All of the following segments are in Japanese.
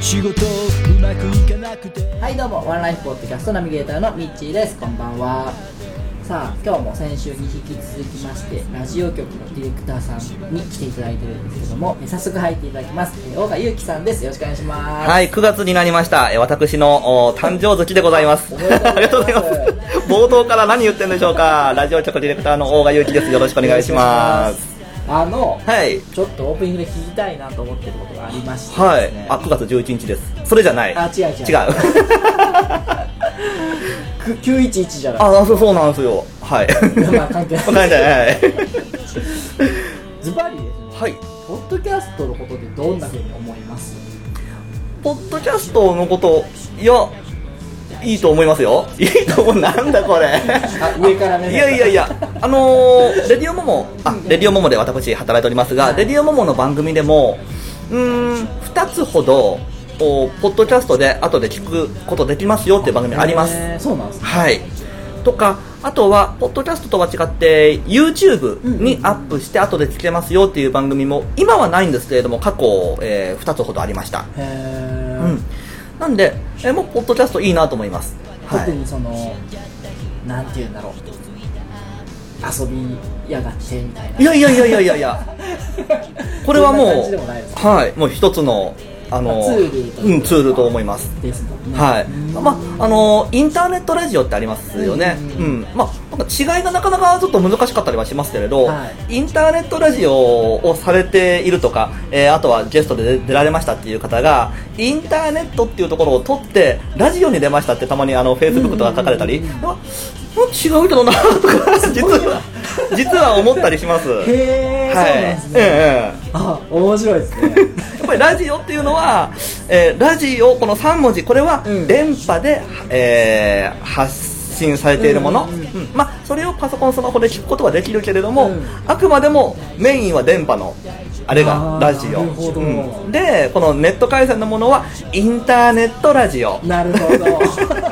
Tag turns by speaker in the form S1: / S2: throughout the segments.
S1: 仕事うまくいかなくて
S2: はいどうもワンライフポッドキャストナビゲーターのミッチーですこんばんはさあ今日も先週に引き続きましてラジオ局のディレクターさんに来ていただいてるんですけどもえ早速入っていただきますえ大川祐樹さんですよろしくお願いします
S3: はい、9月になりました。えー私のお誕生月でございます。
S2: おめでとうございます
S3: ありがとうございます。冒頭から何言ってんでしょうか。ラジオ局ディレクターの大賀祐樹です。よろしくお願いします。
S2: あの
S3: はい。
S2: ちょっとオープニングで聞きたいなと思ってることがありまして
S3: は
S2: ですね
S3: い。あ、9月11日です。それじゃない。
S2: あ違う違う
S3: 違う。
S2: く911じゃない
S3: あ、そうそうなんですよ。はい。
S2: まあ関係ない
S3: 関係ない。
S2: ズバリですね
S3: はい。
S2: ポッドキャストのことってどんなふうに思います
S3: ポッドキャストのこと、いや、いいと思いますよ。いいと思う。なんだこれ。
S2: あ上から目
S3: い
S2: 線
S3: やいやいや、あのー、レディオモモ、あ、レディオモモで私働いておりますが、レディオモモの番組でも、うーん、2つほど、おポッドキャストで後で聞くことできますよっていう番組あります。
S2: へーそうなんですね
S3: はい。とか、あとは、ポッドキャストとは違って、YouTube にアップして後で聞けますよっていう番組も、今はないんですけれども、過去、え2つほどありました。
S2: へえ、
S3: うん。なんで、えーもうポッドキャストいいなと思います。は
S2: 特
S3: い。
S2: にその、なんて言うんだろう遊びやがってみたいない
S3: やいやいやいやいやいや。これはもう
S2: そんな感じでもないです
S3: はいもう一つのあの
S2: ツールと
S3: うん、ツールと思います
S2: ですもんね
S3: はい
S2: うん
S3: まああのインターネットラジオってありますよね
S2: う
S3: うんん、まあなんか違いがなかなかちょっと難しかったりはしますけれど、
S2: は
S3: インターネットラジオをされているとか、えーあとはゲストで出出られましたっていう方がインターネットっていうところを取ってラジオに出ましたってたまにあのフェイスブックとか書かれたり、あうん違うけどなとか実は実は思ったりします
S2: へえ、
S3: はい、
S2: そうなんですね、
S3: ええ
S2: あ面白いですね
S3: やっぱりラジオっていうのは、えーラジオこの3文字これは
S2: うん
S3: 電波で、えー発信されているもの、
S2: うんうん
S3: うんまあ、それをパソコンスマホで聞くことはできるけれども、
S2: うん
S3: あくまでもメインは電波のあれ
S2: あ
S3: が
S2: ー
S3: ラジオ、
S2: なるほど
S3: うんでこのネット回線のものはインターネットラジオ
S2: なるほど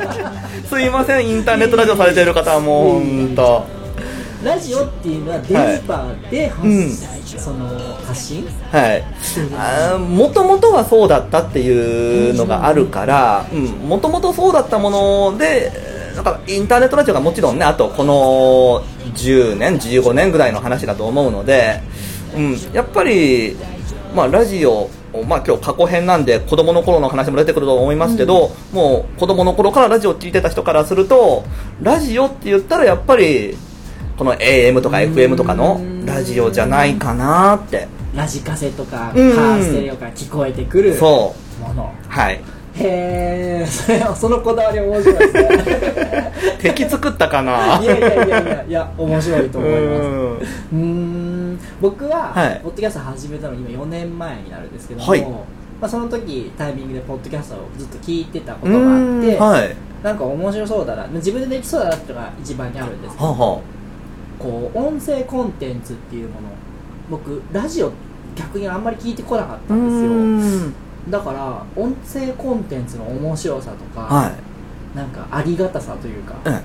S3: すいませんインターネットラジオされている方はもう
S2: うん
S3: うんと
S2: ラジオっていうのは電波で発信、その発信
S3: はい
S2: てる
S3: もともとはそうだったっていうのがあるからもともとそうだったものでえーなんかインターネットラジオがもちろんねあとこの10年15年ぐらいの話だと思うので、うん、やっぱり、まあ、ラジオまあ、今日過去編なんで子供の頃の話も出てくると思いますけど、もう子供の頃からラジオを聞いてた人からするとラジオって言ったらやっぱりこの AM とか FM とかのラジオじゃないかなって
S2: ラジカセとかカ
S3: うん
S2: ーステレオから聞こえてくるも
S3: そう
S2: の
S3: はい。
S2: へえそれは そのこだわり面白いですね
S3: 敵作ったかな。
S2: いやいやいやいやいや面白いと思います
S3: うん
S2: うーん僕は、
S3: はい
S2: ポッドキャスト始めたの今4年前になるんですけども、
S3: はい
S2: まあ、その時タイミングでポッドキャストをずっと聞いてたこ
S3: う
S2: とがあっ
S3: ん
S2: て、
S3: はい。
S2: なんか面白そうだな自分でできそうだなっていうのが一番にあるんですけど
S3: はあは
S2: こう音声コンテンツっていうもの僕ラジオ逆にあんまり聞いてこなかっ
S3: あ。
S2: たんですよ
S3: ん。
S2: だから音声コンテンツの面白さとか、
S3: は
S2: なんかありがたさというか、
S3: うん
S2: っ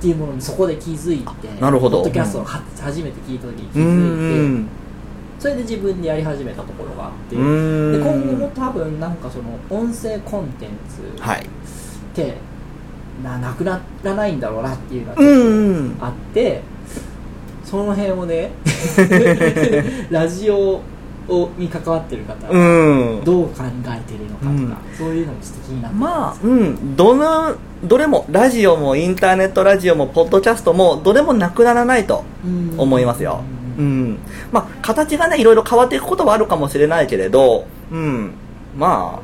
S2: ていうものにそこで気づいて
S3: なるほど
S2: ポッドキャストをは初めて聞いた時に気
S3: い。う
S2: づいて
S3: ん。
S2: それで自分でやり始めたところがあって、
S3: う
S2: で
S3: ん。
S2: 今後も多分なんかその音声コンテンツ
S3: はい。
S2: ってななくならないんだろうなっていうのが
S3: うん。
S2: あって、その辺を ねラジオをに関わってる方、
S3: うん。
S2: どう考えてるのかとか、
S3: うん
S2: そういうのもちょっと気になって
S3: まあ、うん、どの、どれも、ラジオもインターネットラジオも、ポッドキャストも、どれもなくならないと思いますよ。
S2: う
S3: うんん。まあ、形がね、いろいろ変わっていくことはあるかもしれないけれど、うん。ま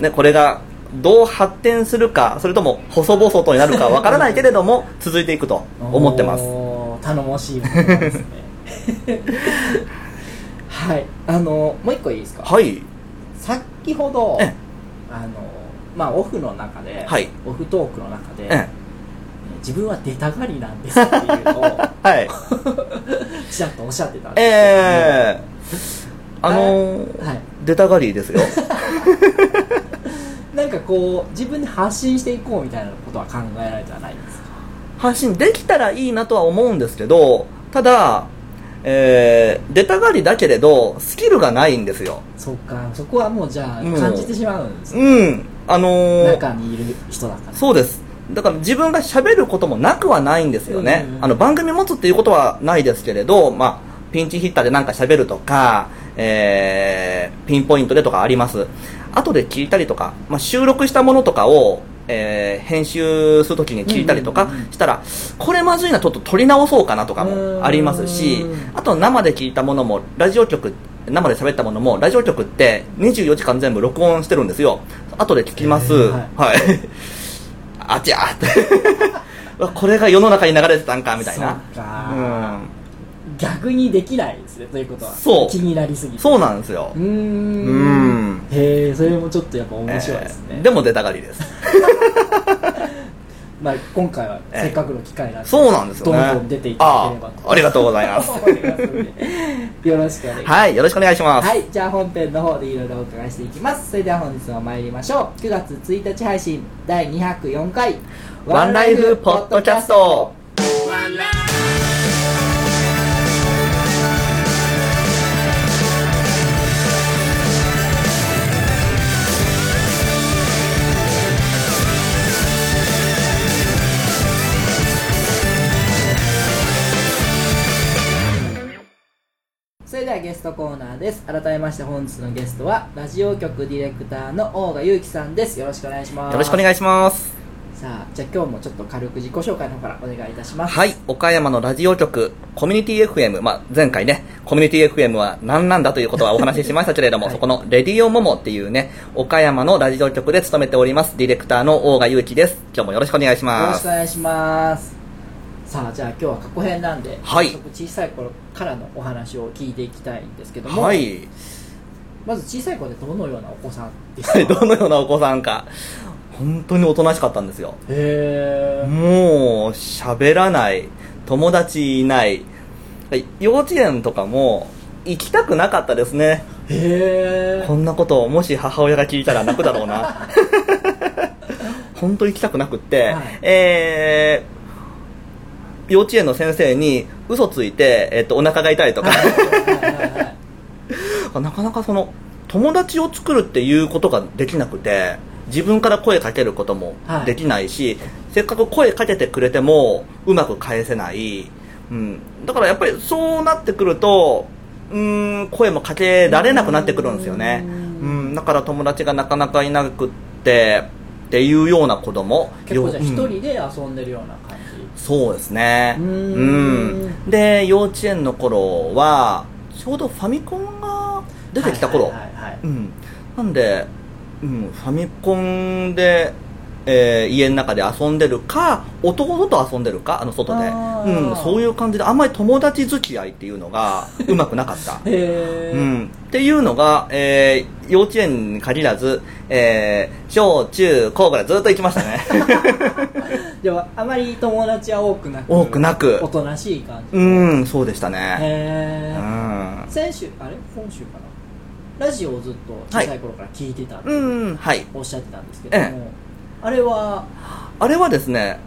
S3: あ、ね、これが、どう発展するか、それとも、細々とになるかわからないけれども、 続いていくと思ってます。
S2: おー頼もしいものです ねはいあのもう一個いいですか
S3: はい。
S2: 先ほど
S3: ええ
S2: あの、まあ、オフの中で、
S3: はい
S2: オフトークの中で、
S3: え
S2: 自分は出たがりなんですっていうのを
S3: えはい。
S2: ちらっとおっしゃってたんですけど
S3: ええあのー
S2: はい
S3: 出たがりですよ。
S2: なんかこう自分で発信していこうみたいなことは考えられてはないんですか
S3: 発信できたらいいなとは思うんですけど、ただ、えー出たがりだけれど、スキルがないんですよ。
S2: そっかそこはもうじゃあ
S3: うん
S2: 感じてしまうんですね、
S3: うん。あのー
S2: 中にいる人だから
S3: そうです。だから自分が喋ることもなくはないんですよね。
S2: うんうんうん
S3: あの番組持つっていうことはないですけれど、まあ、ピンチヒッターでなんか喋るとか、えー、ピンポイントでとかあります。後で聞いたりとか、まあ、収録したものとかを、えー、編集するときに聞いたりと
S2: うん
S3: か
S2: うんうんうん
S3: したら、これまずいな、ちょっと取り直そうかなとかもありますし
S2: うん、
S3: あと生で聞いたものも、ラジオ局、生で喋ったものも、ラジオ局って24時間全部録音してるんですよ。後で聞きます。
S2: へー
S3: はい。あちゃーって。う わこれが世の中に流れてたんか、みたいな。
S2: そうか
S3: うん。
S2: 逆にできないですねということは
S3: そう
S2: 気になりすぎて
S3: そうなんですよ
S2: う。ーん
S3: うん
S2: へえそれもちょっとやっぱ面白いですね、
S3: えーでも出たがりです。
S2: まあ、今回は
S3: ええ
S2: せっかくの機会なんで、
S3: そうなんですよね。
S2: どんどん出ていただければ
S3: あーありがとうございます。
S2: 思いますん でよろしくお願いします
S3: はい、よろしくお願いします。
S2: はい、じゃあ本編の方でいろいろお伺いしていきます。それでは本日も参りましょう。9月1日配信第204回
S3: ワンライフポッドキャスト。
S2: それではゲストコーナーです。改めまして本日のゲストはラジオ局ディレクターの大賀祐樹さんです。よろしくお願いします。
S3: よろしくお
S2: い
S3: 願いします。
S2: さあ、じゃあ今日もちょっと軽く自己紹介の方からお願いいたします。
S3: はい、岡山のラジオ局、コミュニティ FM、まあ、前回ね、コミュニティ FM は何なんだということはお話しし ましたけれども、
S2: はい
S3: そこのレディオモモっていうね、岡山のラジオ局で勤めております、ディレクターの大賀祐樹です。今日もよろしくお願いし
S2: よろ
S3: ま
S2: しく
S3: す
S2: お。願いします。さあ、じゃあ今日は過去編なんで、
S3: はい
S2: ちょっと小さい頃からのお話を聞いていきたいんですけども、
S3: はい。
S2: まず小さい頃でどのようなお子さんでし
S3: はい
S2: た
S3: ど
S2: か
S3: のようなお子さんか。本当におとなしかったんですよ。
S2: へー
S3: もう、喋らない。友達いない。幼稚園とかも、行きたくなかったですね。
S2: へ
S3: こんなことをもし母親が聞いたら泣くだろうな。 本当行きたくなくって、
S2: はい
S3: えー、幼稚園の先生に嘘ついて、えっと、お腹が痛 いとか、
S2: え
S3: なかなかその、友達を作るっていうことができなくて、自分から声かけることも
S2: はい
S3: できないし、せっかく声かけてくれても、うまく返せない。うん。だからやっぱりそうなってくると、うーん、声もかけられなくなってくるんですよね。
S2: う
S3: うんんだから友達がなかなかいなくって、っていうような子供。
S2: 結構じゃあ
S3: よ
S2: 一
S3: うん
S2: 人で遊んでるような感じ
S3: そうですね
S2: うーん
S3: うんで幼稚園の頃はちょうどファミコンが出てきた頃、
S2: はいはいはいはい
S3: うんなんで、うん、ファミコンで、えー家の中で遊んでるか男と遊んでるかあの外で、
S2: あー
S3: うん、そういう感じであんまり友達付き合いっていうの がうまくなかった
S2: へ
S3: う
S2: ー
S3: ん、っていうのが、えー幼稚園に限らず、えー小中高からずっと行きましたね
S2: ではあまり友達は多くなく
S3: 多くなく
S2: おとなしい感じ
S3: うんそうでしたね
S2: へー
S3: う
S2: 先週あれ今週かなラジオをずっと小さい頃から聞いてたって
S3: ん、うん、はい
S2: おっしゃってたんですけども、
S3: え
S2: あれは
S3: あれはですね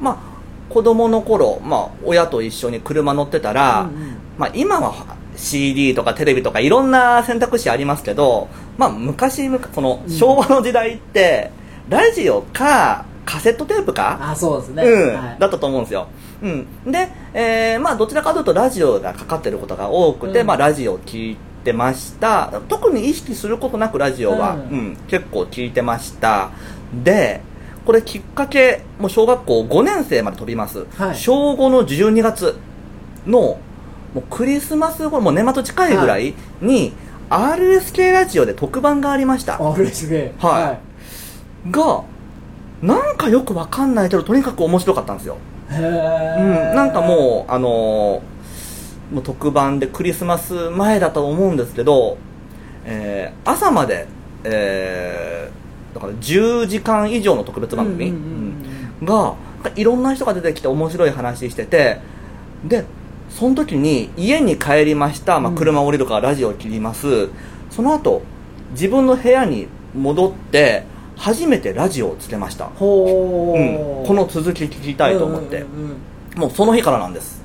S3: まあ子供の頃、まあ、親と一緒に車乗ってたら、
S2: うんうん
S3: まあ、今は CD とかテレビとかいろんな選択肢ありますけど、まあ、昔むかその
S2: うん
S3: 昭和の時代って、ラジオかカセットテープか
S2: あそうですね、
S3: うん、
S2: はい
S3: だったと思うんですよ。うん、で、えーまあ、どちらかというとラジオがかかってることが多くて、
S2: うん
S3: まあ、ラジオを聞いてました特に意識することなくラジオは、
S2: う
S3: うんん結構聞いてましたでこれきっかけもう小学校5年生まで飛びます、
S2: はい
S3: 小5の12月のもうクリスマス頃もう年末近いぐらいに、RSK ラジオで特番がありました
S2: あ嬉しい
S3: はいがなんかよくわかんないけどとにかく面白かったんですよ
S2: へえ、
S3: うん、なんかもう、あのーもう特番でクリスマス前だと思うんですけど、えー朝まで、えーだから10時間以上の特別番組、
S2: うんうんうん
S3: うんがなんかいろんな人が出てきて面白い話しててでその時に家に帰りました、まあ、
S2: うん
S3: 車降りるからラジオ切ります、その後自分の部屋に戻って初めてラジオをつけました、
S2: ほ
S3: う
S2: ー、
S3: ん、この続き聞きたいと思って、
S2: うんうんうん
S3: もうその日からなんです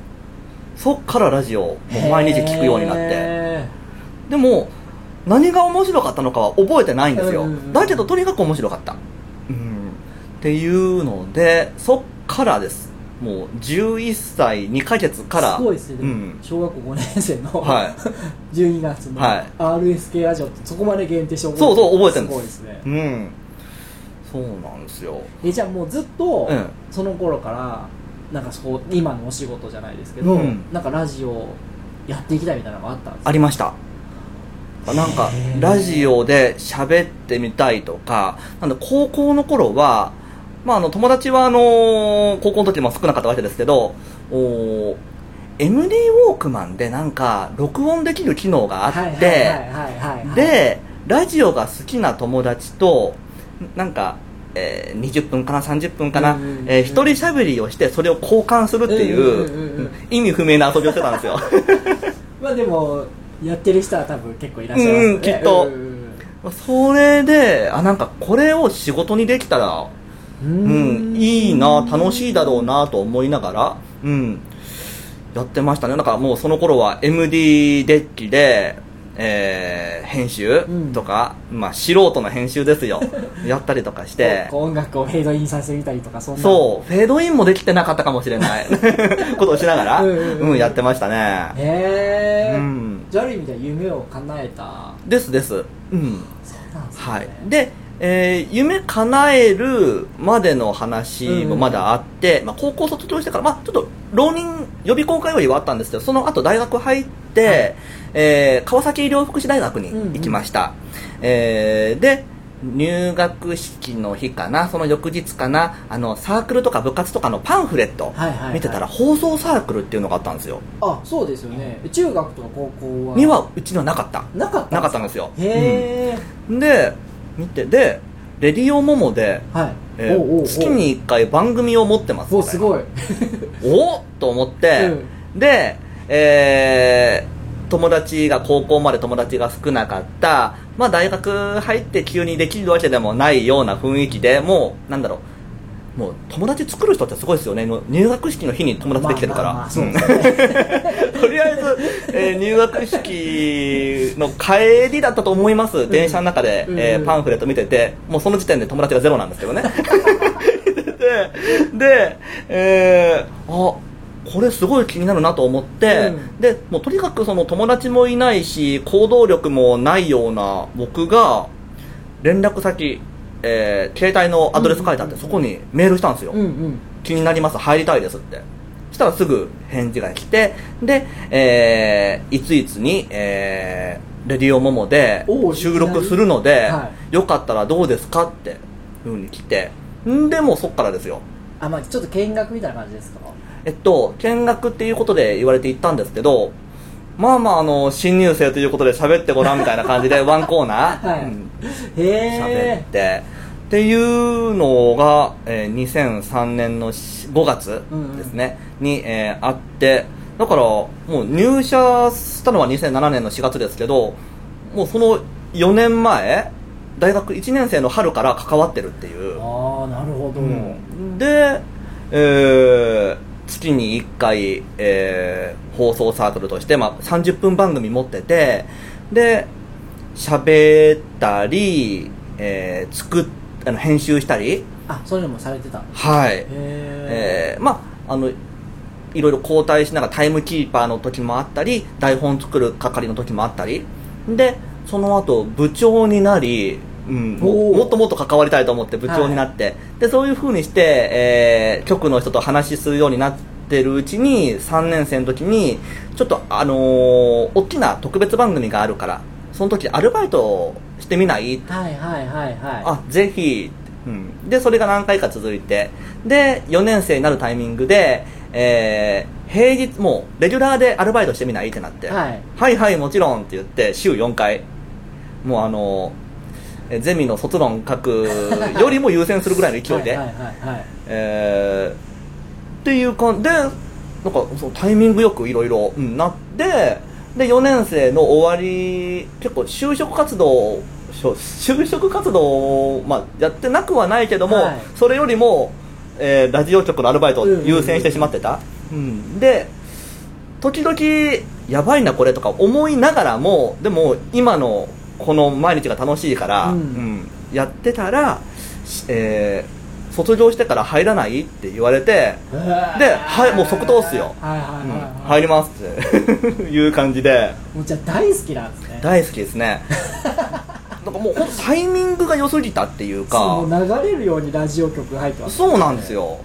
S3: そっからラジオをもう毎日聞くようになって
S2: へ
S3: でも何が面白かったのかは覚えてないんですよ、
S2: うんうんうん
S3: だけどとにかく面白かった、うん、っていうのでそっからですもう11歳2ヶ月
S2: ー
S3: から
S2: すごいですね、
S3: う
S2: でも
S3: ん、
S2: 小学校5年生の、、
S3: はい
S2: 12月の
S3: はい
S2: RSK ラジオってそこまで限定して覚えて
S3: そうそう覚えてるん
S2: す
S3: です
S2: ごいですね
S3: うん、そうなんですよ
S2: えじゃあもうずっと、
S3: うん
S2: その頃からなんかそう今のお仕事じゃないですけど、
S3: うん
S2: なんかラジオやっていきたいみたいなのがあったんです
S3: あ
S2: か
S3: りましたなんかラジオで喋ってみたいとかなんで高校の頃は、まあ、あの友達はあのー高校の時も少なかったわけですけどおー MD ウォークマンでなんか録音できる機能があって、
S2: はいはいはいはいはい、
S3: でラジオが好きな友達となんか、えー20分かな30分かな、
S2: うんうんうん
S3: えー一人しゃべりをしてそれを交換するってい
S2: うんうんうんう
S3: うん意味不明な遊びをしてたんですよ
S2: まあでもやってる人は多分結構いらっしゃいますね、
S3: うんきっと
S2: うん
S3: それであなんかこれを仕事にできたら、
S2: う
S3: うんん、いいな楽しいだろうなと思いながら、うん、やってましたねなんかもうその頃は MD デッキで、えー編集とか、まあ、素人の編集で すよやったりとかして
S2: こう音楽をフェードインさせてみたりとかそんな
S3: そう、フェードインもできてなかったかもし れないことをしながら、
S2: う
S3: うん
S2: うんうん
S3: ん、やってましたね。
S2: へえ、
S3: うん
S2: じゃあある意味では夢を叶えた
S3: ですです。うん。
S2: そうなんですね
S3: はい。で、えー夢叶えるまでの話もまだあって、まあ、高校卒業してから、まあ、ちょっと浪人予備校通いはあったんですけどその後大学入って、えー川崎医療福祉大学に行きました、えーで入学式の日かなその翌日かなあのサークルとか部活とかのパンフレット
S2: はいはいはい
S3: 見てたら放送サークルっていうのがあったんですよ
S2: あそうですよね中学とか高校は
S3: にはうちにはなかった
S2: なかった
S3: なかった
S2: ん
S3: ん
S2: で
S3: ですよ
S2: すへえ、
S3: うんで見てで「レディオモモで」
S2: はい、
S3: えー
S2: おうおうおう
S3: 月に1回番組を持ってます
S2: おす
S3: い
S2: ごい
S3: おっと思って、で、えー友達が高校まで友達が少なかった、まあ、大学入って急にできるわけでもないような雰囲気でもうなんだろうもう友達作る人ってすごいですよねもう入学式の日に友達できてるから、
S2: まあまあまあそう
S3: うん
S2: ですね
S3: とりあえず、えー入学式の帰りだったと思います、電車の中で、
S2: うん
S3: えー
S2: うん
S3: パンフレット見てて、もうその時点で友達がゼロなんですけ どね。で、でえーあこれすごい気になるなと思って、
S2: うん
S3: でもうとにかくその友達もいないし行動力もないような僕が連絡先、えー携帯のアドレス書いてあって、
S2: うん
S3: そこにメールしたんですよ、
S2: うんうん
S3: 気になります入りたいですってしたらすぐ返事が来てで、えーいついつに、えーレディオモモで
S2: おう
S3: 収録するので、
S2: は
S3: よかったらどうですかっていうふうに来てんでもうそっからですよ
S2: あまあちょっと見学みたいな感じですか
S3: えっと見学っていうことで言われて行ったんですけどまあまああの新入生ということで喋ってごらんみたいな感じでワンコーナ ー、
S2: はい
S3: うん
S2: へ
S3: 喋っ
S2: え
S3: て、っていうのが、えー2003年のし5月ですね、に、えーあってだからもう入社したのは2007年の4月ですけどもうその4年前大学1年生の春から関わってるっていう、
S2: ああなるほど、
S3: うんで、えー月に1回、えー放送サークルとして、まあ、30分番組持っててで喋ったり、えー作っあの編集したり
S2: あそういうのもされてたへ
S3: はい
S2: え
S3: えーまああのいろいろ交代しながらタイムキーパーの時もあったり台本作る係の時もあったりでその後部長になり、うん、も
S2: おー
S3: もっともっと関わりたいと思って部長になって、でそういうふうにして、えー局の人と話しするようになってるうちに3年生の時にちょっとあのー大きな特別番組があるからその時アルバイトをしてみないって
S2: はいはいはいはい
S3: あぜひ、うん、でそれが何回か続いてで4年生になるタイミングで、えー平日もうレギュラーでアルバイトしてみないってなって、
S2: はい
S3: はいはいもちろんって言って週4回もうあのえゼミの卒論書くよりも優先するぐらいの勢いで
S2: はいはいはいはい
S3: えーっていう感じでなんかそうタイミングよくいろいろなってで4年生の終わり結構就職活動しょ就職活動を、まあ、やってなくはないけども、
S2: はい
S3: それよりも、えーラジオ局のアルバイトを
S2: うんうんうん
S3: 優先してしまってた、うんで時々やばいなこれとか思いながらもでも今のこの毎日が楽しいから、
S2: うん
S3: うんやってたら、しえー卒業してから入らないって言われてではいもう即答っすよ
S2: はいはいは
S3: う
S2: い
S3: ん
S2: はい、
S3: 入りますって いう感じで
S2: もうじゃあ大好きなんですね
S3: 大好きで すねなんかもうほんとタイミングが良すぎたっていうか
S2: そうもう流れるようにラジオ局入ってます
S3: そうなんですよ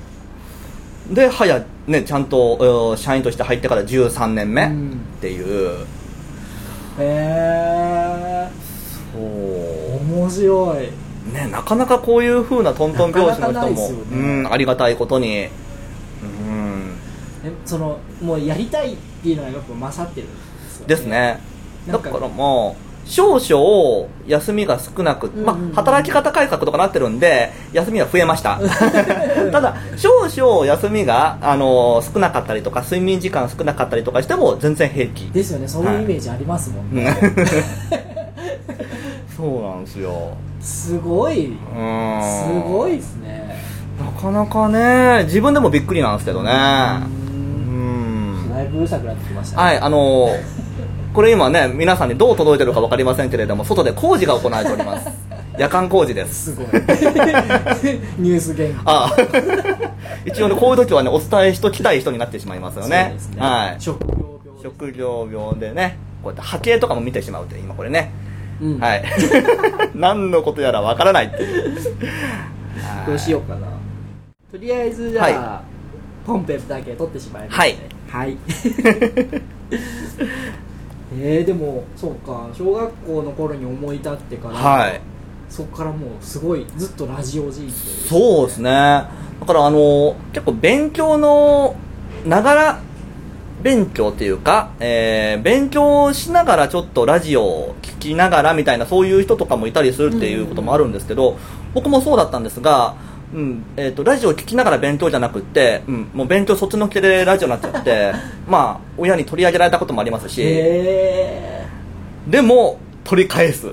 S3: で早ねちゃんとえー社員として入ってから13年目っていう、
S2: へえ
S3: そう
S2: 面白い
S3: ね、なかなかこういう風なトントン拍子の
S2: なかなかな
S3: 人
S2: いで
S3: も
S2: すよね
S3: うん、ありがたいことに、うん、
S2: えそのもうやりたいっていうのがよく勝ってるんですよ、
S3: ですね
S2: な
S3: だ
S2: んか
S3: からもう少々休みが少なく、
S2: うんうん
S3: まあ、働き方改革とかなってるんで休みは増えました ただ少々休みが、あのー少なかったりとか睡眠時間少なかったりとかしても全然平気
S2: ですよねそういうイメージありますもんね、
S3: そうなんですよ
S2: すごい
S3: うん
S2: すごいですね
S3: なかなかね自分でもびっくりなんですけどね
S2: うん
S3: うん
S2: だいぶうるさくなってきましたね、
S3: はい、あのーこれ今ね、皆さんにどう届いてるか分かりませんけれども、外で工事が行われております。夜間工事です。
S2: すごい ニュース原稿
S3: ああ 一応ね、こういう時はね、お伝えしときたい人になってしまいますよ
S2: そう
S3: ね。
S2: ですね
S3: はい。
S2: 職業病です
S3: 職業病でね、こうやって波形とかも見てしまうという、今これね。
S2: うん
S3: はい。 何のことやら分からないっていう。
S2: どうしようかなとりあえずじゃあ、本編だけ撮ってしまいますねはい、 えー、でもそうか小学校の頃に思い立ってから、
S3: はい。
S2: そこからもうすごいずっとラジオ人生
S3: そうですね。だからあの、結構勉強の、ながら勉強っていうか、えー勉強しながらちょっとラジオを聞きながらみたいな、そういう人とかもいたりするっていうこともあるんですけど、僕もそうだったんですが、うん、えっ、と、ラジオを聞きながら勉強じゃなくって、うん、もう勉強そっちのけでラジオになっちゃって、 まあ、親に取り上げられたこともありますし、
S2: へえ
S3: でも、取り返す。う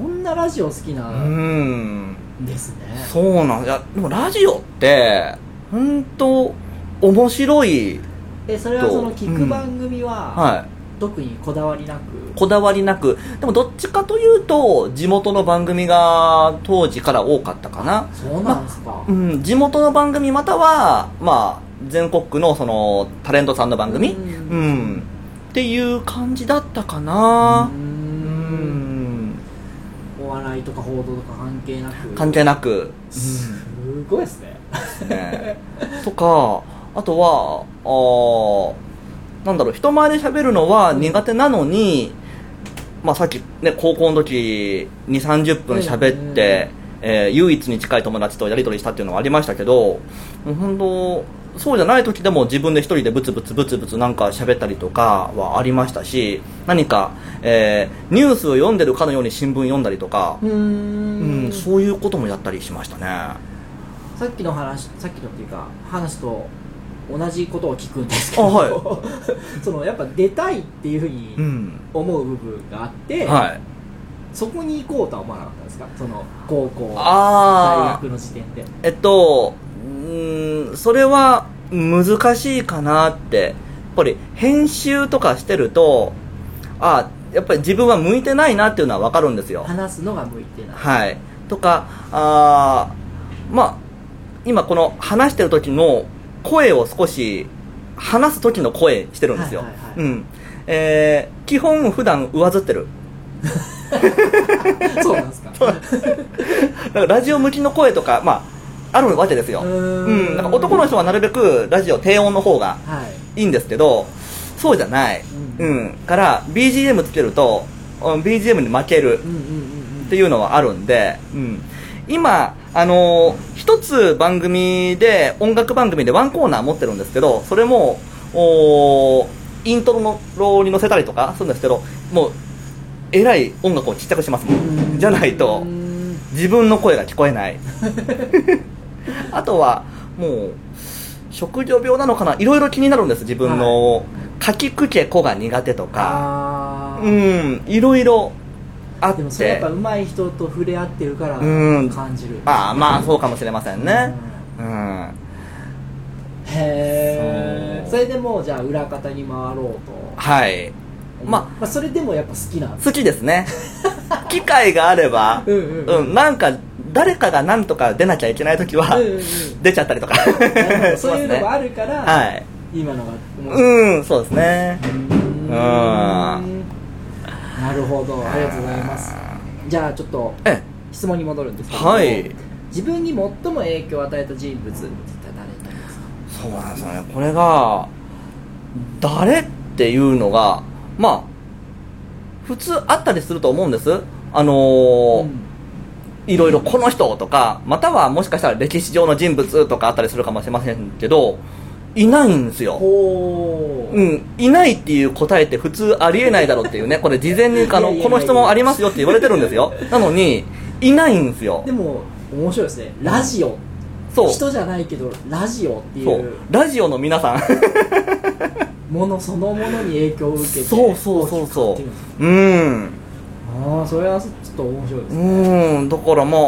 S2: そんなラジオ好きなん
S3: ん。
S2: ですね
S3: そうなんいやでもラジオって本当面白い、
S2: えそれはその聞く番組は、
S3: は
S2: 特にこだわりなく
S3: い、こだわりなくでもどっちかというと地元の番組が当時から多かったかな、
S2: そうなんですか、
S3: うん、地元の番組または、まあ、全国区のそのタレントさんの番組、
S2: うん
S3: うんっていう感じだったかな
S2: うー
S3: うんん
S2: お笑いとか報道とか関係なく
S3: 関係なく、
S2: すごいですね
S3: ねとかあとはあーなんだろう人前で喋るのは苦手なのに、まあ、さっき、ね、高校の時2 3 0分喋って、えー唯一に近い友達とやり取りしたっていうのはありましたけどもう本当そうじゃない時でも自分で一人でブツブツブツブツなんか喋ったりとかはありましたし何か、えーニュースを読んでるかのように新聞読んだりとか、
S2: うー
S3: うん
S2: ん
S3: そういうこともやったりしましたね。
S2: さっきの話さっきのっていうか話と同じことを聞くんですけ
S3: あ
S2: ど、
S3: は
S2: そのやっぱ出たいっていうふうに
S3: うん
S2: 思う部分があって、
S3: はい、
S2: そこに行こうとは思わなかったんですかその高校大
S3: ああ
S2: 学の時点で
S3: えっとうーんそれは難しいかなってやっぱり編集とかしてるとあやっぱり自分は向いてないなっていうのは分かるんですよ
S2: 話すのが向いてない
S3: はいとかあーまあ今この話してる時の声を少し話す時の声してるんですよ、
S2: はいはいはい
S3: うんえー基本普段上ずってる
S2: そうなんですか
S3: だ からラジオ向きの声とかまああるわけですよ
S2: うーん
S3: うん、なんか男の人はなるべくラジオ低音の方が
S2: はい
S3: いいんですけどそうじゃない、
S2: う
S3: うんんから BGM つけるとうん BGM に負ける
S2: うんうんうんうん
S3: っていうのはあるんで、うん、今、あのー一つ番組で音楽番組でワンコーナー持ってるんですけどそれもおーイントロのローに載せたりとかするんですけどもうえらい音楽をちっちゃくしますもんじゃないと自分の声が聞こえない あとはもう職業病なのかないろいろ気になるんです自分の、かきくけこが苦手とか
S2: あ
S3: う
S2: ー
S3: んいろいろあっ
S2: でもそれやってぱ上手い人と触れ合ってるから
S3: うん
S2: 感じる、
S3: まあまあそうかもしれませんねうん
S2: へえ
S3: そう
S2: それでもうじゃあ裏方に回ろうと
S3: はいま
S2: あそれでもやっぱ好き なんです
S3: 好きで すね機会があれば
S2: うんうんうん
S3: なんか誰かが何とか出なきゃいけない時は、
S2: うんうんうん
S3: 出ちゃったりとか
S2: なるほどそういうのがあ
S3: る
S2: るから、
S3: はい
S2: 今のが面白い
S3: うんそうですね
S2: うん
S3: うん
S2: なるほどありがとうございますじゃあちょっと
S3: ええ
S2: 質問に戻るんですけども
S3: はい
S2: 自分に最も影響を与えた人物って誰になりますか
S3: そうなんですよねこれが誰っていうのがまあ普通あったりすると思うんですあのー
S2: うん
S3: いろいろこの人とかまたはもしかしたら歴史上の人物とかあったりするかもしれませんけどいないんですよ
S2: ほう、
S3: うん、いないっていう答えって普通ありえないだろうっ ていうね、これ事前に
S2: い
S3: あ
S2: やいやい
S3: の
S2: や
S3: この質問ありますよって言われてるんですよ。なのに、いないんですよ
S2: で。も面白いですねラジオ
S3: そう。そ。
S2: 人じゃないけどラジオっていう
S3: ラジオの皆さん。
S2: ものそのものに影響を受けて
S3: そうそうそう
S2: 大きくなっ
S3: そ
S2: てるんです
S3: う。うん。
S2: ああそれはちょっと面白いです
S3: う
S2: ね
S3: ん、だからまあ、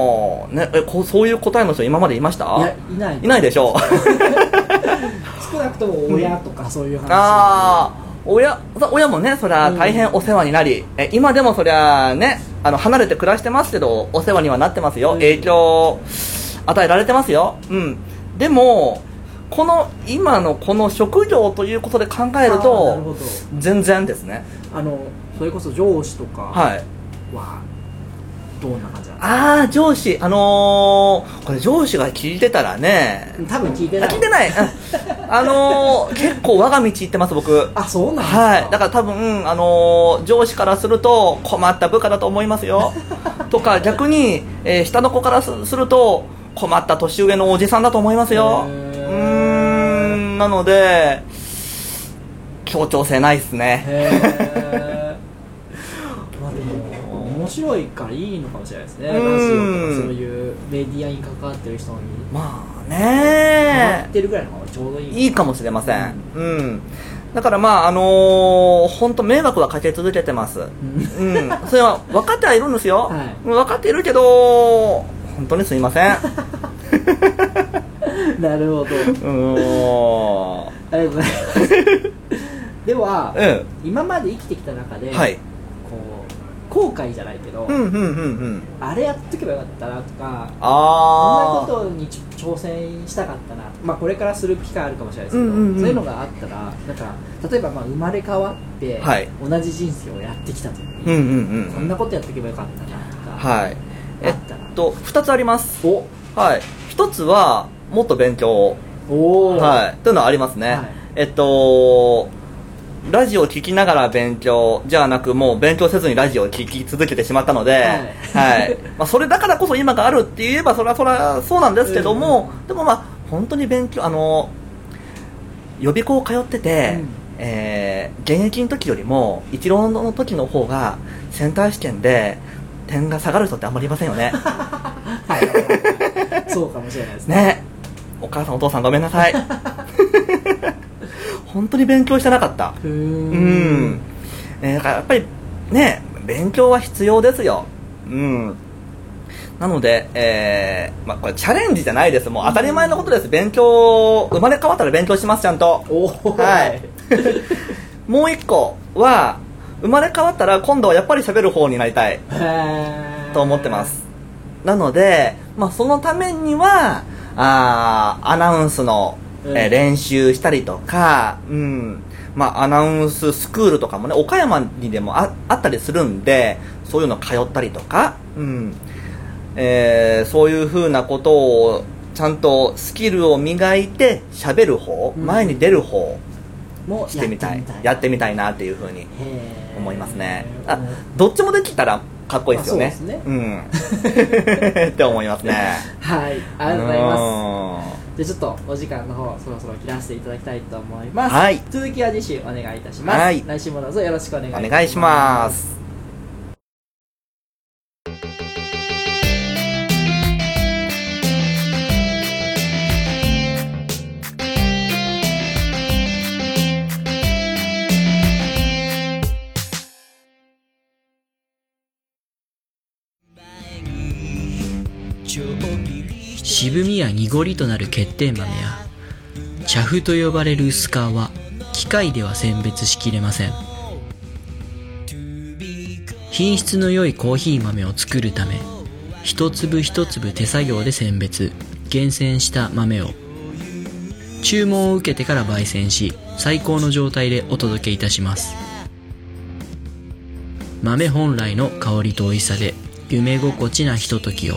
S3: ね、えこうそういう答えの人今までいました
S2: いやいない
S3: いないでしょう。
S2: 少なくとも親とかそういう話、
S3: ああ、親、さ親もね、そりゃ
S2: うん
S3: 大変お世話になり、え今でもそりゃね、あの、離れて暮らしてますけど、お世話にはなってますよ。
S2: うん
S3: 影響、与えられてますよ。うん。でも、この、今のこの職業ということで考える
S2: あーなるほ
S3: と
S2: ど、
S3: 全然ですね。
S2: あのそれこそ上司とか
S3: はい。
S2: はどんな感じなんで
S3: ああ、上司、あのーこれ上司が聞いてたらね、
S2: すか多分聞いて
S3: あ
S2: ない
S3: 聞いてない。うんあのー結構我が道行ってます、僕。
S2: あそうなんですか、
S3: はい、だから多分、あのー上司からすると困った部下だと思いますよとか逆に、えー下の子からすすると困った年上のおじさんだと思いますよう
S2: へー
S3: ーんなので協調性ないっすね
S2: へえまあでも面白いからいいのかもしれないですねラジオと
S3: うん
S2: かそういうメディアに関わってる人に
S3: まあ
S2: ハ
S3: ね
S2: マってるぐらいの方がちょうどいい
S3: いいかもしれません、うん、だからまああの本当迷惑はかけ続けてます、うん、それは分かってはいるんです
S2: は
S3: よ、
S2: い
S3: 分かっているけど本当にすいません う
S2: なるほど
S3: ーん
S2: ありがとうございます では、
S3: うん
S2: 今まで生きてきた中で、
S3: はい
S2: こう後悔じゃないけど、
S3: うんうんうんうん
S2: あれやっとけばよかったなとかこんな
S3: ああ
S2: ことにち挑戦したかったな、まあ、これからする機会あるかもしれないですけ
S3: う
S2: ど、
S3: んうんうん
S2: そういうのがあったらなんか例えばまあ生まれ変わって、
S3: はい
S2: 同じ人生をやってきた時に、
S3: うんうん
S2: こ
S3: うんん
S2: なことやってけばよかったなとか、
S3: はいえ
S2: あ
S3: っ
S2: ったら
S3: と2つあります
S2: お
S3: はい1つはもっと勉強を
S2: おー
S3: はいというのはありますね、
S2: はい
S3: えっとラジオを聞きながら勉強じゃなくもう勉強せずにラジオを聞き続けてしまったので、はい まあ、それだからこそ今があるって言えばそれはそれはそうなんですけども、でもまあ本当に勉強あの予備校通ってて、
S2: うん
S3: えー現役の時よりも一浪の時の方がセンター試験で点が下がる人ってあんまりいませんよね
S2: はいはいはいそうかもしれないですね
S3: ねお母さんお父さんごめんなさい 本当に勉強してなかった
S2: うー
S3: うん
S2: ん、
S3: えーだからやっぱりね勉強は必要ですようんなので、えーまあ、これチャレンジじゃないですもう当たり前のことです勉強生まれ変わったら勉強しますちゃんと
S2: おー
S3: はいもう一個は生まれ変わったら今度はやっぱり喋る方になりたい
S2: へー
S3: と思ってますなので、まあ、そのためにはあーアナウンスの、えー
S2: うん
S3: 練習したりとか、うんまあ、アナウンススクールとかもね岡山にでもああったりするんでそういうの通ったりとか、うんえーそういうふうなことをちゃんとスキルを磨いて喋る方、
S2: うん
S3: 前に出る方
S2: もう
S3: してみたい
S2: や
S3: や
S2: っ
S3: ってて
S2: み
S3: み
S2: たい
S3: たいなっていうふうに
S2: へー
S3: 思いますねあどっちもできたらかっこいいですよね
S2: あそうですね
S3: うん って思いますね
S2: はいありがとうございます
S3: ます
S2: じゃあちょっとお時間の方そろそろ切らせていただきたいと思います、
S3: はい
S2: 続きは次週お願いいたします、
S3: はい
S2: 来週もどうぞよろしくお願いいたします
S3: お願いします
S4: 渋みや濁りとなる欠点豆や茶フと呼ばれる薄皮は機械では選別しきれません品質の良いコーヒー豆を作るため一粒一粒手作業で選別厳選した豆を注文を受けてから焙煎し最高の状態でお届けいたします豆本来の香りと美味しさで夢心地なひとときを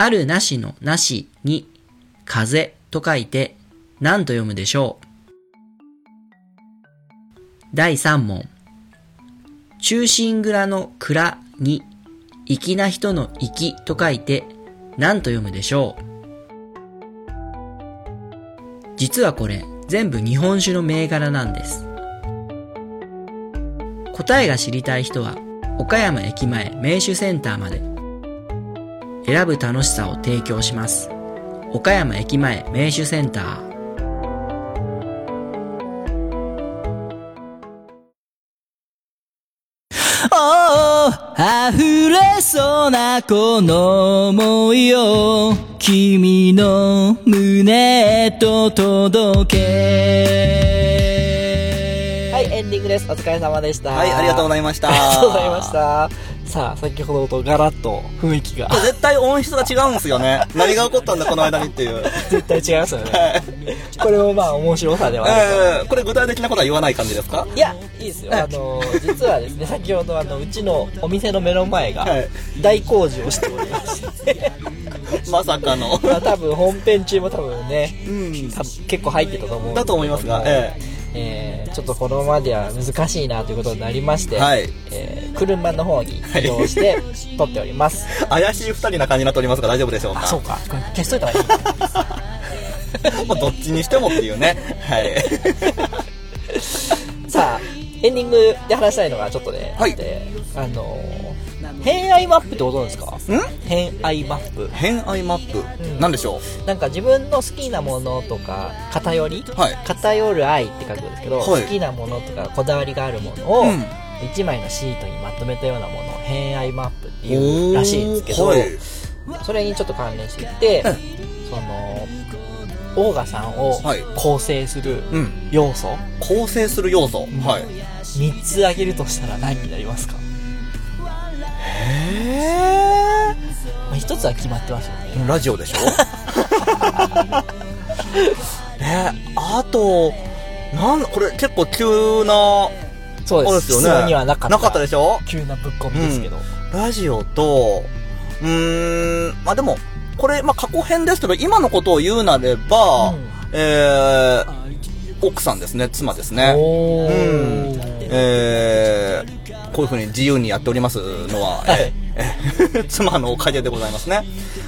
S4: あるなしのなしに風と書いて何と読むでしょう第3問。中心蔵の蔵に粋な人の粋と書いて何と読むでしょう実はこれ全部日本酒の銘柄なんです答えが知りたい人は岡山駅前名酒センターまで選ぶ楽しさを提供します岡山駅前名酒センター
S1: おー溢れそうなこの想いを君の胸へと届け
S2: はい、エンディングです。お疲れ様でした。
S3: はい、ありがとうございました。
S2: ありがとうございました。さあ、先ほどとガラッと雰囲 気が
S3: これ絶対音質が違うんです よね。何が起こったんだ、この間にっていう。
S2: 絶対違いますよね。これもまあ面白さではある
S3: えー、これ具体的なことは言わない感じですか
S2: いや、いいですよ。あの、実は ですね、先ほどあの、うちのお店の目の前が
S3: はい
S2: 大工事をしておりま して、
S3: まさかの。
S2: まあ多分本編中も多分ね、
S3: うん。
S2: 多分結構入ってたと思うんですけども
S3: だと思いますが、え
S2: えーちょっとこのままでは難しいなということになりまして、
S3: はい
S2: えー車の方に移動して撮っております。
S3: え怪しい二人な感じになっておりますが大丈夫でしょうか。
S2: あ、そうか。これ消しといた方がいい。
S3: まあ、どっちにしてもっていうね。 はい。
S2: さあ、エンディングで話したいのがちょっとね、
S3: はい
S2: あってあのー偏愛マップってことなんですか
S3: ん
S2: 偏愛マップ。
S3: 偏愛マップ。
S2: うん
S3: なんでしょ
S2: なんか自分の好きなものとか、偏り、
S3: はい
S2: 偏る愛って書くんですけど、
S3: はい
S2: 好きなものとかこだわりがあるものを、
S3: うん
S2: 一枚のシートにまとめたようなものを偏愛マップって
S3: う
S2: いうらしいんですけど、
S3: はい。
S2: それにちょっと関連していて、その、オーガさんを
S3: はい
S2: 構成する
S3: うん。
S2: 要素、
S3: 構成する要素。はい。
S2: 3つ挙げるとしたら何になりますか
S3: え
S2: まあ、一つは決まってますよね。
S3: ー、ラジオでし ょねあと、なんこれ結構急な、
S2: そうで
S3: そう
S2: す。
S3: ですよね。
S2: 質問にはなかった。
S3: なかったでしょ
S2: 急なぶっ込みですけど。
S3: ラジオと、うーん、まあでも、これ、まあ過去編ですけど、今のことを言うなれば、
S2: うん
S3: えー、奥さんですね、妻ですね。
S2: お
S3: うん
S2: ー。
S3: えー、こういうふうに自由にやっておりますのは、
S2: はい
S3: えー 妻のおかげでございますね。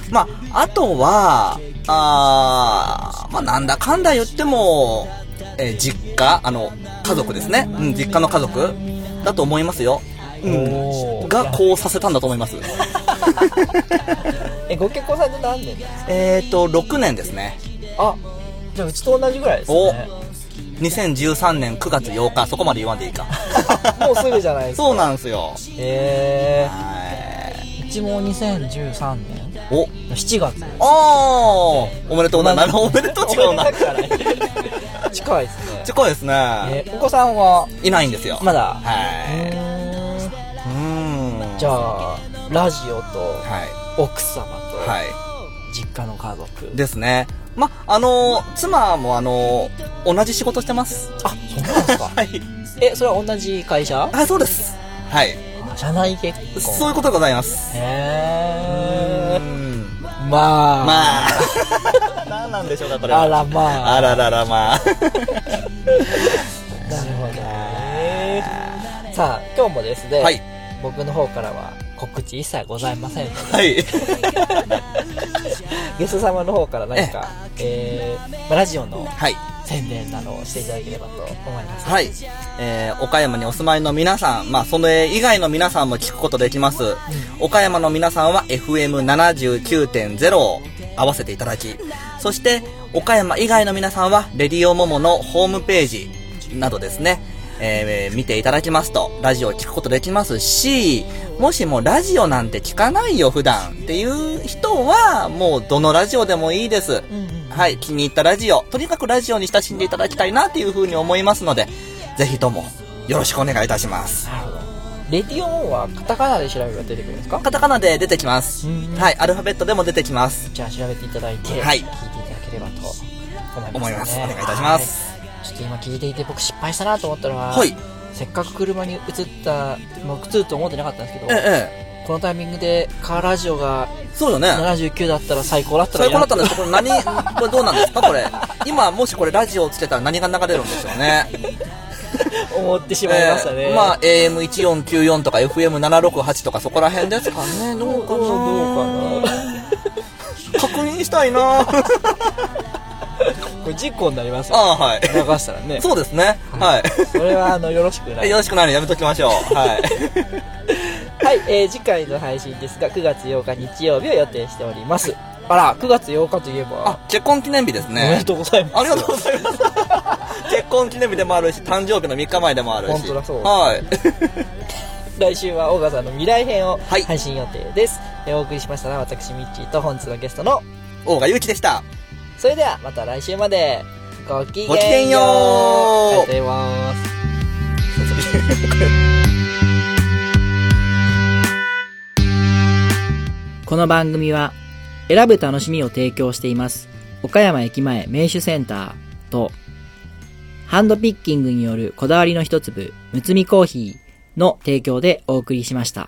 S3: まあ、あとは、あーまあなんだかんだ言っても、えー実家、あの、家族ですね。うん、実家の家族だと思いますよ。う
S2: お
S3: ん。
S2: ー
S3: が、こうさせたんだと思い ます。
S2: え、ご結婚されて何年ですか
S3: えーと、6年ですね。
S2: あ、じゃあうちと同じぐらいですね。
S3: 2013年9月8日、そこまで言わんでい いか。
S2: もうすぐじゃないですか。
S3: そうなんすよ。
S2: え
S3: はい。
S2: ー、うちも2013年
S3: お、
S2: 7月。
S3: おーおめでとうな。なるおめでとう違う な。
S2: 近いですね。
S3: 近いですね。
S2: えお子さんはい
S3: ないんですよ。
S2: まだ
S3: はい。
S2: う
S3: うーん。
S2: じゃ
S3: あ。
S2: あラジオと
S3: は
S2: 奥様
S3: い。
S2: と
S3: は
S2: 実家の家族、
S3: い。ですね。ま、あの、妻もあの、同じ仕事してます。
S2: あそうなんですか
S3: はい。
S2: えそれは同じ会社
S3: あ、そうです。はい。
S2: 社内結婚
S3: そういうことでございます。う
S2: へえ
S3: ん。
S2: まあ
S3: まあ。 何なんでしょうか、これは。
S2: あらまあ
S3: あらららまあ。
S2: なるほどねさあ今日もですね、
S3: はい。
S2: 僕の方からは告知一切ございませんので
S3: はい。
S2: ゲスト様の方から何か、えーまあラジオの
S3: はい。
S2: 宣伝などをしていただければと思います。
S3: はい。えー、岡山にお住まいの皆さん、まあ、それ以外の皆さんも聞くことできます。岡山の皆さんは FM79.0 を合わせていただき、そして、岡山以外の皆さんは、レディオモモのホームページなどですね、えー見ていただきますと、ラジオを聞くことできますし、もしもラジオなんて聞かないよ、普段っていう人は、もうどのラジオでもいいです。はい、気に入ったラジオ、とにかくラジオに親しんでいただきたいなっていうふうに思いますので、ぜひとも、よろしくお願いいたします。
S2: なるほど。レディオンはカタカナで調べれば出てくるんですか
S3: カタカナで出てきます
S2: うん。
S3: はい、アルファベットでも出てきます。
S2: じゃあ調べていただいて、
S3: はい
S2: 聞いていただければと思
S3: 思
S2: い
S3: い
S2: ま、
S3: ますす。
S2: ね。
S3: お願いいたします。
S2: はい。ちょっと今聞いていて僕失敗したなと思ったのは、
S3: はい。
S2: せっかく車に移った、もう移ると思ってなかったんですけど
S3: え、え、
S2: このタイミングでカーラジオが
S3: そうよね。
S2: 79だったら最高だったら
S3: 最高だったん
S2: ら
S3: ですけど、こ れ何、これどうなんですかこれ。今、もしこれラジオをつけたら何が流れるんでしょうね。
S2: 思ってしまいましたね。
S3: えーまあ、AM1494 とか FM768 とかそこら辺ですかね。どうかな
S2: どうか
S3: 確認した いなあ
S2: これ事故になりますよ。
S3: あ、はい。
S2: 流したらね。
S3: そうですね。はい。
S2: それはあの、よろしくない
S3: よ。ろしくないのやめときましょう。 はい。
S2: はい、えー次回の配信ですが、9月8日日曜日を予定しております。あら、9月8日といえば、
S3: あ、結婚記念日です
S2: おめ
S3: ね
S2: で。とうございます。
S3: ありがとうございます。結婚記念日でもあるし、誕生日の3日前でもあるし。
S2: 本当だそう
S3: はい。
S2: 来週は、オーガさんの未来編を
S3: はい
S2: 配信予定です。えーお送りしましたのは、私、ミッチーと本日のゲストの、
S3: 大賀祐樹でした。
S2: それでは、また来週まで、ごきげんよう。
S3: ごきげんよう
S2: ありがとうございます。
S5: この番組は選ぶ楽しみを提供しています岡山駅前名手センターとハンドピッキングによるこだわりの一粒むつみコーヒーの提供でお送りしました。